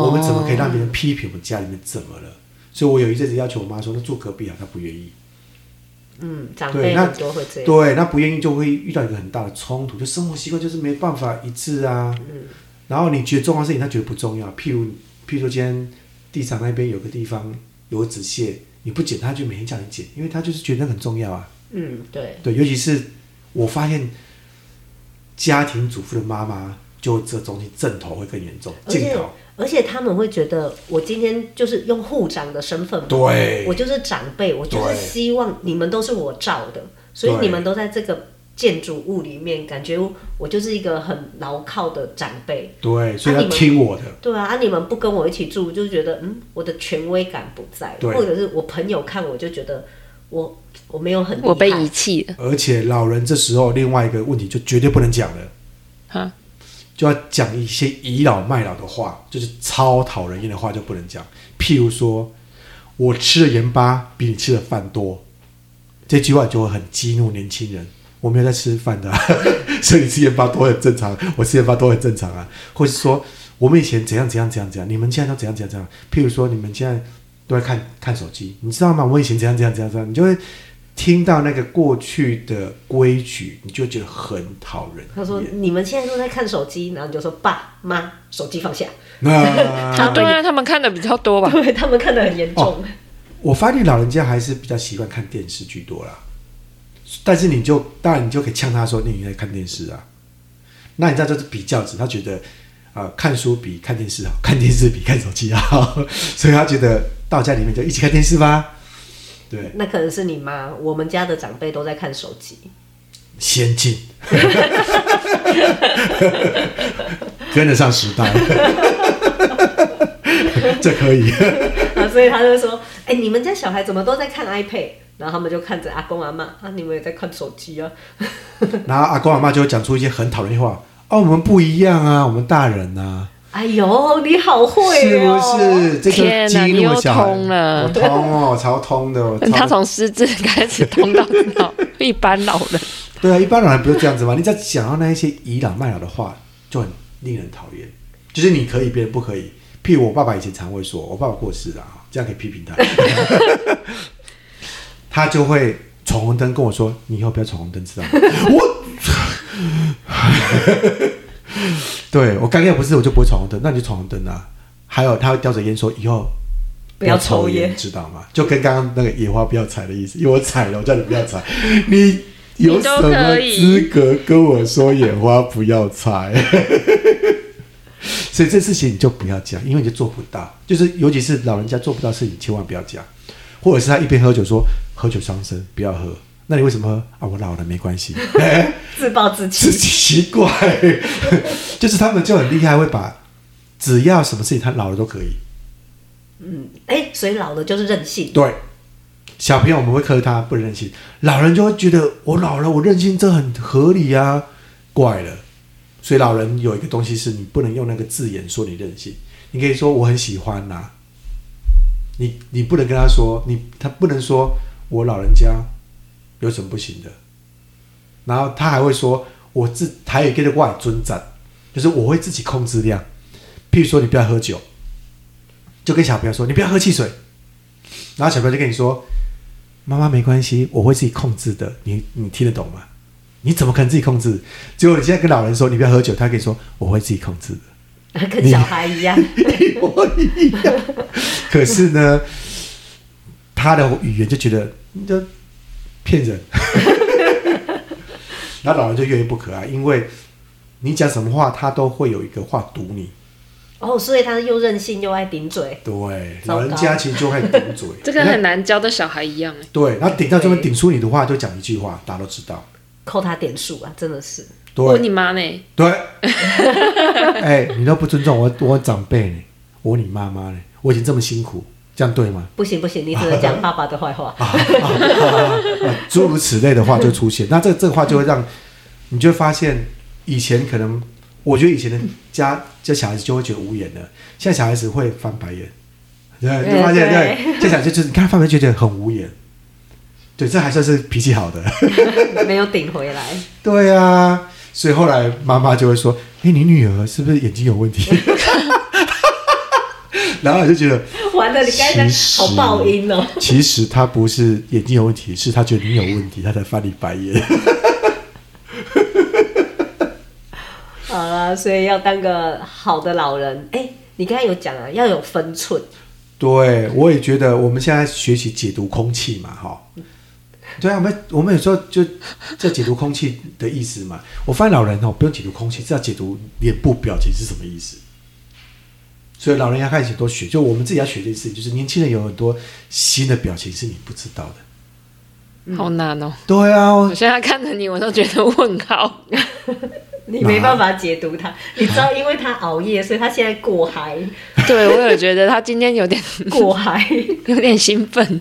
Speaker 2: 我们怎么可以让别人批评我们家里面怎么了？所以我有一阵子要求我妈说，那住隔壁啊，她不愿意。
Speaker 1: 嗯，长
Speaker 2: 对
Speaker 1: 辈
Speaker 2: 那
Speaker 1: 很多会这样。
Speaker 2: 对，那不愿意就会遇到一个很大的冲突，就生活习惯就是没办法一致啊。然后你觉得重要的事情，他觉得不重要。譬如，譬如说今天地场那边有个地方有个纸屑，你不捡，他就每天叫你捡，因为他就是觉得那个很重要啊。
Speaker 1: 嗯，对，
Speaker 2: 对，尤其是我发现家庭主妇的妈妈，就这东西正头会更严重，
Speaker 1: 而且
Speaker 2: 镜头。
Speaker 1: 而且他们会觉得我今天就是用护长的身份嘛，
Speaker 2: 对
Speaker 1: 我就是长辈，我就是
Speaker 2: 对
Speaker 1: 希望你们都是我照的，所以
Speaker 2: 对
Speaker 1: 你们都在这个建筑物里面，感觉我就是一个很牢靠的长辈。
Speaker 2: 对，所以
Speaker 1: 那你
Speaker 2: 要
Speaker 1: 们
Speaker 2: 听我的。
Speaker 1: 对啊，啊你们不跟我一起住，就觉得嗯，我的权威感不在了，
Speaker 2: 对
Speaker 1: 或者是我朋友看我就觉得我我没有很
Speaker 3: 我被
Speaker 1: 厉害
Speaker 3: 遗弃了
Speaker 2: 而且老人这时候另外一个问题就绝对不能讲了，
Speaker 3: 哈？
Speaker 2: 就要讲一些倚老卖老的话，就是超讨人厌的话就不能讲。譬如说，我吃的盐巴比你吃的饭多，这句话就会很激怒年轻人。我没有在吃饭的啊、 所以你吃盐巴多很正常，我吃盐巴多很正常啊。或是说，我们以前怎样怎样怎样怎样，你们现在都怎样怎样怎样。譬如说，你们现在都在看看手机，你知道吗？我以前怎样怎样怎样怎样，你就会听到那个过去的规矩，你就觉得很讨人厌。
Speaker 1: 他说：“你们现在都在看手机，然后你就说爸妈，手机放下。
Speaker 2: 那
Speaker 3: 啊，对啊，他们看的比较多吧？
Speaker 1: 对他们看得很严重。
Speaker 2: 哦我发现老人家还是比较习惯看电视居多啦，但是你就当然你就可以呛他说你在看电视啊，那你知道这是比较值，他觉得呃看书比看电视好，看电视比看手机好， 所以他觉得到家里面就一起看电视吧。对，
Speaker 1: 那可能是你妈，我们家的长辈都在看手机。
Speaker 2: 先进， 跟得上时代， 这可以。
Speaker 1: 啊，所以他就说：“哎、你们家小孩怎么都在看 iPad？” 然后他们就看着阿公阿妈啊，你们也在看手机啊。
Speaker 2: 然后阿公阿妈就会讲出一些很讨人厌的话，哦，我们不一样啊，我们大人啊。
Speaker 1: 哎呦，你好会
Speaker 2: 是
Speaker 1: 哦！
Speaker 2: 不是？这个
Speaker 3: 天哪
Speaker 2: 激怒
Speaker 3: 你又
Speaker 2: 小孩，
Speaker 3: 通了
Speaker 2: 我通哦，超通的。我
Speaker 3: 他
Speaker 2: 超
Speaker 3: 从失智开始通到老 一般老人，
Speaker 2: 对啊，一般老人不就这样子吗？你只要讲到那一些倚老卖老的话，就很令人讨厌。就是你可以，别人不可以。譬如我爸爸以前常会说，我爸爸过世了啊，这样可以批评他，他就会闯红灯跟我说：“你以后不要闯红灯，知道吗？”我，对我刚要不是我就不会闯红灯，那你就闯红灯啊。还有他会叼着烟说：“以后
Speaker 1: 不要抽
Speaker 2: 烟，
Speaker 1: 烟，
Speaker 2: 知道吗？就跟刚刚那个野花不要采的意思，因为我采了，我叫你不要采，你有
Speaker 3: 你都
Speaker 2: 什么
Speaker 3: 可以，
Speaker 2: 资格跟我说野花不要采？所以这事情你就不要讲，因为你就做不到。就是尤其是老人家做不到的事情，千万不要讲。或者是他一边喝酒说喝酒伤身，不要喝。那你为什么喝啊？我老了没关系。
Speaker 1: 自暴自
Speaker 2: 是
Speaker 1: 弃。
Speaker 2: 奇怪， 就是他们就很厉害，会把只要什么事情他老了都可以。
Speaker 1: 哎、所以老了就是任性。
Speaker 2: 对，小朋友我们会克他不任性，老人就会觉得我老了我任性这很合理啊，怪了。所以老人有一个东西是你不能用那个字眼说你任性，你可以说我很喜欢呐、你你不能跟他说你他不能说我老人家有什么不行的，然后他还会说我自还有一个外尊长，就是我会自己控制量，譬如说你不要喝酒，就跟小朋友说你不要喝汽水，然后小朋友就跟你说，妈妈没关系，我会自己控制的。你你听得懂吗？你怎么可能自己控制？结果你现在跟老人说你不要喝酒，他跟你说我会自己控制的。
Speaker 1: 跟小孩一样，
Speaker 2: 一模一样。可是呢，他的语言就觉得你这骗人， 然后老人就越来越不可爱，因为你讲什么话，他都会有一个话堵你。
Speaker 1: 哦，所以他又任性又爱顶嘴，
Speaker 2: 对，
Speaker 1: 糟糕
Speaker 2: 老人家其实就会顶嘴
Speaker 3: 这跟很难教的小孩一样哎。
Speaker 2: 对，然后顶到这边顶出你的话，就讲一句话，大家都知道。
Speaker 1: 扣他点数啊，真的是。
Speaker 3: 问
Speaker 2: 对
Speaker 3: 你妈呢？
Speaker 2: 对， 哎、你都不尊重我，我长辈呢，我你妈妈呢，我已经这么辛苦，这样对吗？
Speaker 1: 不行不行，你只能讲爸爸的坏 话。
Speaker 2: 啊啊啊啊诸如此类的话就出现。那这这个话就会让你就会发现，以前可能我觉得以前的家这小孩子就会觉得无言了，现在小孩子会翻白眼，对，就发现
Speaker 1: 对
Speaker 2: 对，现在小孩子就是你看翻白眼就觉得很无言，对，这还算是脾气好的，
Speaker 1: 没有顶回来，
Speaker 2: 对啊。所以后来妈妈就会说：“哎、你女儿是不是眼睛有问题？” 然后我就觉得，
Speaker 1: 完了，你刚才
Speaker 2: 其实
Speaker 1: 好爆音哦。
Speaker 2: 其实他不是眼睛有问题，是他觉得你有问题，他才翻你白眼。
Speaker 1: 好了，所以要当个好的老人。哎、你刚才有讲啊，要有分寸。
Speaker 2: 对，我也觉得我们现在学习解读空气嘛，哈。对啊，我们我们有时候就在解读空气的意思嘛。我发现老人哦，不用解读空气，只要解读脸部表情是什么意思。所以老人要开始多学，就我们自己要学这件事情，就是年轻人有很多新的表情是你不知道的。
Speaker 3: 好难哦！
Speaker 2: 对啊，我
Speaker 3: 我现在看着你，我都觉得问号。
Speaker 1: 你没办法解读他，你知道，因为他熬夜，所以他现在过嗨，
Speaker 3: 对我有觉得他今天有点
Speaker 1: 过嗨。
Speaker 3: 有点兴奋。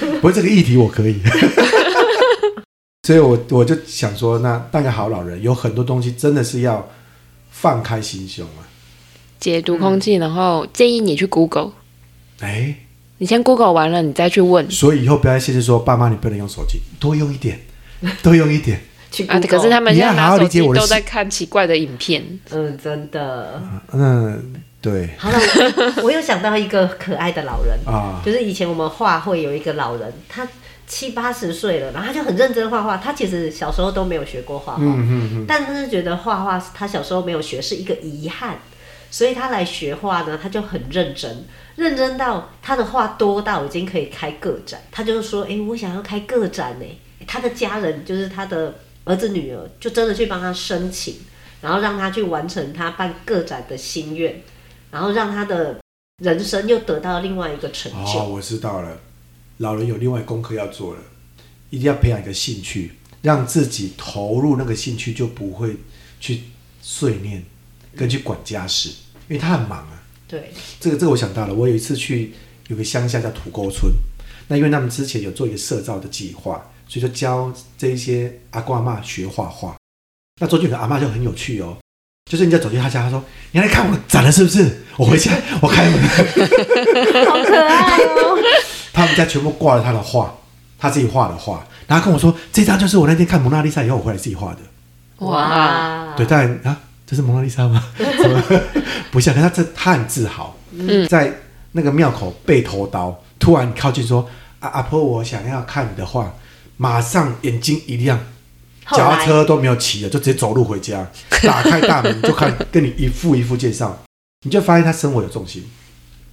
Speaker 2: 不过这个议题我可以， 所以我我就想说，那当个好老人，有很多东西真的是要放开心胸啊。
Speaker 3: 解读空气，然后建议你去 Google，
Speaker 2: 哎，
Speaker 3: 你先 Google 完了，你再去问
Speaker 2: 所以以后不要再限制说爸妈你不能用手机，多用一点，多用一点。
Speaker 1: 去 g
Speaker 3: 啊。可是他们
Speaker 2: 你
Speaker 3: 现
Speaker 2: 要
Speaker 3: 在
Speaker 2: 好
Speaker 3: 拿
Speaker 2: 好
Speaker 3: 手
Speaker 2: 理解
Speaker 3: 机
Speaker 2: 我的
Speaker 3: 都在
Speaker 2: 心
Speaker 3: 看奇怪的影片，
Speaker 1: 嗯，真的。
Speaker 2: 嗯，对
Speaker 1: 好了，我 我又想到一个可爱的老人，
Speaker 2: 啊，
Speaker 1: 就是以前我们画会有一个老人，他七八十岁了，然后他就很认真画画。他其实小时候都没有学过画画，
Speaker 2: 嗯嗯嗯，
Speaker 1: 但他是觉得画画他小时候没有学是一个遗憾，所以他来学画呢，他就很认真，认真到他的画多到已经可以开个展。他就说：“哎、我想要开个展呢、他的家人就是他的儿子女儿，就真的去帮他申请，然后让他去完成他办个展的心愿，然后让他的人生又得到另外一个成就。
Speaker 2: 哦，我知道了。老人有另外功课要做了，一定要培养一个兴趣，让自己投入那个兴趣，就不会去碎念跟去管家事，因为他很忙啊。
Speaker 1: 对，
Speaker 2: 这个这个我想到了，我有一次去有个乡下叫土沟村，那因为他们之前有做一个社造的计划，所以就教这一些阿公阿妈学画画。那周俊和阿妈就很有趣哦，就是人家走进他家，他说：“你要来看我展了是不是？我回家我开门。
Speaker 1: 好可爱哦！”
Speaker 2: 他们家全部挂了他的画，他自己画的画，然后他跟我说：“这张就是我那天看蒙娜丽莎以后我回来自己画的。”
Speaker 3: 哇，
Speaker 2: 对，当然啊，这是蒙娜丽 莎吗？怎么不像，可是他这他很自豪。嗯，在那个庙口被头刀，突然靠近说：“啊、阿婆，我想要看你的画。”马上眼睛一亮，
Speaker 1: 后
Speaker 2: 脚
Speaker 1: 来
Speaker 2: 踏车都没有骑了，就直接走路回 家，打开大门就看，跟你一副一副介绍，你就发现他生活有重心，你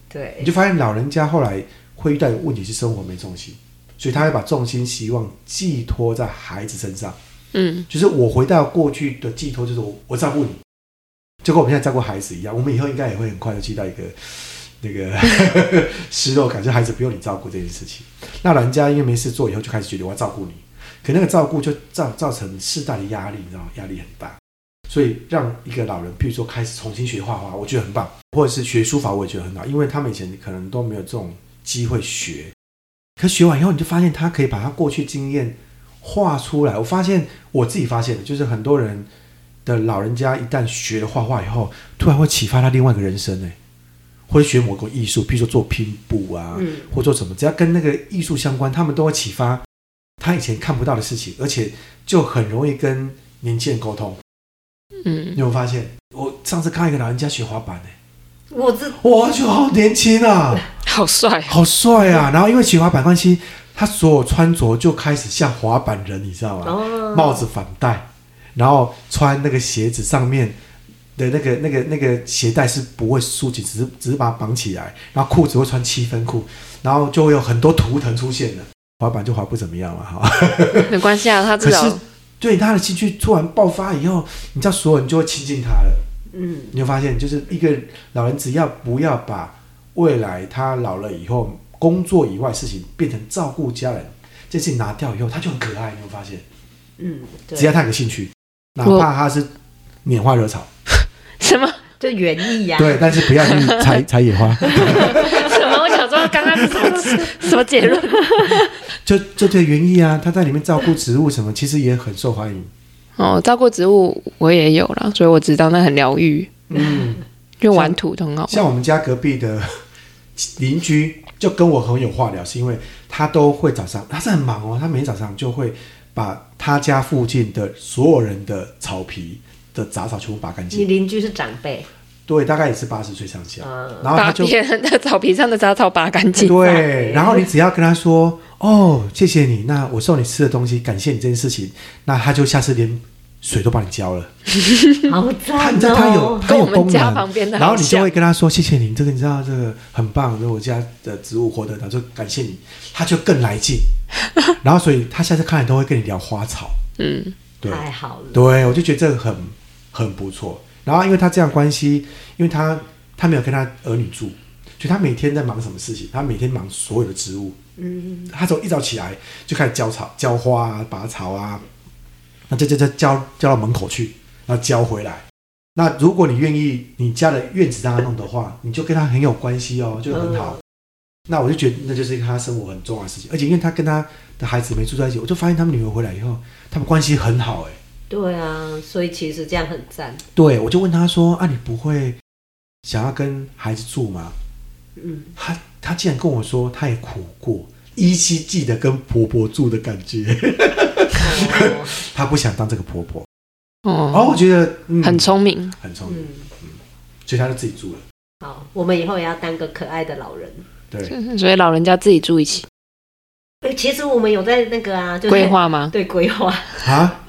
Speaker 1: 对，
Speaker 2: 就发现老人家后来会遇到的问题是生活没重心，所以他会把重心希望寄托在孩子身上。
Speaker 3: 嗯，
Speaker 2: 就是我回到过去的寄托，就是我我照顾你，就跟我们现在照顾孩子一样，我们以后应该也会很快就接到一个那个 失落感，就孩子不用你照顾这件事情。那老人家因为没事做，以后就开始觉得我要照顾你，可那个照顾就造造成世代的压力，你知道吗？压力很大。所以让一个老人，譬如说开始重新学画画，我觉得很棒，或者是学书法，我也觉得很好，因为他们以前可能都没有这种机会学。可学完以后，你就发现他可以把他过去经验画出来。我发现我自己发现的，就是很多人的老人家一旦学了画画以后，突然会启发他另外一个人生呢、欸或者学某个艺术，譬如说做拼布啊，
Speaker 1: 嗯，
Speaker 2: 或做什么，只要跟那个艺术相关，他们都会启发他以前看不到的事情，而且就很容易跟年轻人沟通。
Speaker 3: 嗯，
Speaker 2: 你有没有发现？我上次看到一个老人家学滑板、欸，
Speaker 1: 我这
Speaker 2: 哇，就好年轻啊，
Speaker 3: 好帅哦，
Speaker 2: 好帅啊！然后因为学滑板关系，他所有穿着就开始像滑板人，你知道吗？
Speaker 1: 哦，
Speaker 2: 帽子反戴，然后穿那个鞋子上面的那个那个那个鞋带是不会束紧，只是只是把它绑起来，然后裤子会穿七分裤，然后就会有很多图腾出现了。滑板就滑不怎么样了哈，
Speaker 3: 没关系啊，他
Speaker 2: 可
Speaker 3: 至少
Speaker 2: 是对他的兴趣突然爆发以后，你知道所有人就会亲近他了。
Speaker 1: 嗯，
Speaker 2: 你会发现，就是一个老人只要不要把未来他老了以后工作以外的事情变成照顾家人这事情拿掉以后，他就很可爱。你会发现，
Speaker 1: 嗯，
Speaker 2: 只要
Speaker 1: 对，
Speaker 2: 他有兴趣，哪
Speaker 3: 我
Speaker 2: 怕他是拈花惹草，
Speaker 1: 啊
Speaker 3: 什么
Speaker 1: 就园艺呀，
Speaker 2: 对，但是不要去 采采野花，
Speaker 3: 什么，我想说刚刚是什么 什么结论？
Speaker 2: 就就这园艺啊，他在里面照顾植物什么，其实也很受欢迎。
Speaker 3: 哦，照顾植物我也有啦，所以我知道那很疗愈，
Speaker 2: 嗯，
Speaker 3: 就玩土都很好玩。
Speaker 2: 像我们家隔壁的邻居就跟我很有话聊，是因为他都会早上，他是很忙哦，他每天早上就会把他家附近的所有人的草皮的杂草全部拔干
Speaker 1: 你
Speaker 2: 净。
Speaker 1: 邻居是长 辈，
Speaker 2: 对，大概也是八十岁上下，
Speaker 1: 嗯
Speaker 2: 然后
Speaker 3: 把
Speaker 2: 他就
Speaker 3: 别人的 草皮上的杂草拔干净，
Speaker 2: 对，然后你只要跟他说哦，谢谢你，那我送你吃的东西，感谢你这件事情，那他就下次连水都帮你浇了。
Speaker 1: 好
Speaker 2: 他
Speaker 1: 赞
Speaker 2: 你知道他有
Speaker 1: 哦，
Speaker 2: 他有
Speaker 3: 哦跟我
Speaker 2: 功
Speaker 3: 们
Speaker 2: 能，
Speaker 3: 家旁边的
Speaker 2: 然后
Speaker 3: 很
Speaker 2: 你就会
Speaker 3: 像
Speaker 2: 跟他说谢谢您，这个你知道这个很棒，这我家的植物活得很好，就感谢你，他就更来 劲。然后所以他下次看来都会跟你聊花草，
Speaker 3: 嗯，
Speaker 2: 对
Speaker 1: 太好了，
Speaker 2: 对，我就觉得这个很很不错。然后因为他这样关系，因为他他没有跟他儿女住，所以他每天在忙什么事情？他每天忙所有的植物，
Speaker 1: 嗯，
Speaker 2: 他从一早起来就开始浇草、浇花啊、拔草啊，那这这这浇浇到门口去，然后浇回来。那如果你愿意，你家的院子让他弄的话，你就跟他很有关系哦，就很好。那我就觉得那就是他生活很重要的事情，而且因为他跟他的孩子没住在一起，我就发现他们女儿回来以后，他们关系很好哎。
Speaker 1: 对啊，所以其实这样很赞，
Speaker 2: 对，我就问他说：“啊，你不会想要跟孩子住吗
Speaker 1: 嗯，？”
Speaker 2: 他他竟然跟我说，他也苦过，依稀记得跟婆婆住的感觉。
Speaker 1: 哦
Speaker 2: 她不想当这个婆婆。哦，
Speaker 3: 哦，
Speaker 2: 我觉得、嗯、
Speaker 3: 很，聪明，
Speaker 2: 很聪明，
Speaker 1: 嗯，
Speaker 2: 所以她就自己住了。
Speaker 1: 好，我们以后也要当个可爱的老人。
Speaker 2: 对，
Speaker 3: 所以老人家自己住一起
Speaker 1: 哎，其实我们有在那个啊，就是
Speaker 3: 规划吗？
Speaker 1: 对规划，
Speaker 2: 啊，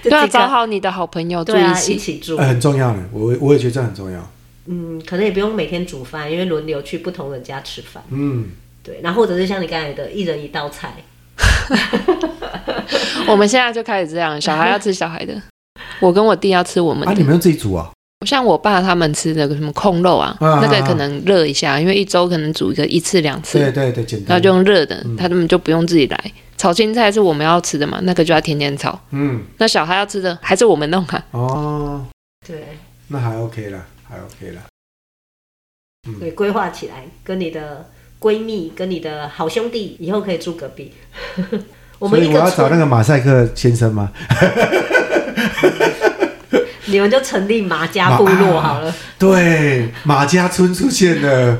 Speaker 1: 就
Speaker 3: 对啊，
Speaker 1: 几个
Speaker 3: 找好你的好朋友住
Speaker 1: 对
Speaker 3: 一
Speaker 1: 啊
Speaker 3: 起，
Speaker 1: 一起住
Speaker 2: 呃，。很重要的，我我也觉得这很重要。
Speaker 1: 嗯，可能也不用每天煮饭，因为轮流去不同人家吃饭。
Speaker 2: 嗯，
Speaker 1: 对，然后或者是像你刚才的，一人一道菜。
Speaker 3: 我们现在就开始这样，小孩要吃小孩 的，我跟我弟要吃我们
Speaker 1: 嗯
Speaker 2: 啊，
Speaker 3: 的。
Speaker 2: 你们要自己煮啊？
Speaker 3: 像我爸他们吃的什么控肉啊，
Speaker 2: 啊
Speaker 3: 那个可能热一下，因为一周可能煮一个一次两次，
Speaker 2: 对对对，简
Speaker 3: 然后
Speaker 2: 单。
Speaker 3: 就用热的
Speaker 2: 嗯，
Speaker 3: 他们就不用自己来。炒青菜是我们要吃的嘛，那个就要天天炒。
Speaker 2: 嗯，
Speaker 3: 那小孩要吃的还是我们弄 啊，
Speaker 2: 哦，
Speaker 1: 对，
Speaker 2: 那还 OK 啦，还 OK 啦。嗯
Speaker 1: 对，规划起来，跟你的闺蜜、跟你的好兄弟，以后可以住隔壁。 我
Speaker 2: 所
Speaker 1: 们
Speaker 2: 以
Speaker 1: 一
Speaker 2: 我
Speaker 1: 个
Speaker 2: 要找那
Speaker 1: 村，
Speaker 2: 个马赛克先生吗？
Speaker 1: 你们就成立马家部落好了。
Speaker 2: 对，马家村出现了，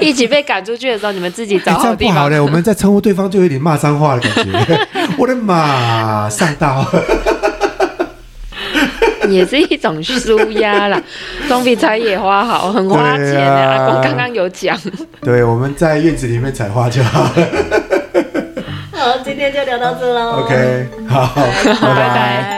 Speaker 3: 一起被赶出去的时候，你们自己
Speaker 2: 哎
Speaker 3: 找
Speaker 2: 这
Speaker 3: 好
Speaker 2: 样
Speaker 3: 地
Speaker 2: 不好
Speaker 3: 方。
Speaker 2: 嘞，我们在称呼对方就有点骂脏话的感觉。 我的马上道，
Speaker 3: 也是一种舒压啦，总比采野花好，很花钱
Speaker 2: 对
Speaker 3: 啊。
Speaker 2: 啊
Speaker 3: 阿公刚刚有讲，
Speaker 2: 对，我们在院子里面采花就好了。
Speaker 1: 好，今天就聊到这喽。
Speaker 2: 啊
Speaker 3: 哦
Speaker 2: OK，好，拜
Speaker 3: 拜
Speaker 2: 拜。
Speaker 3: 拜。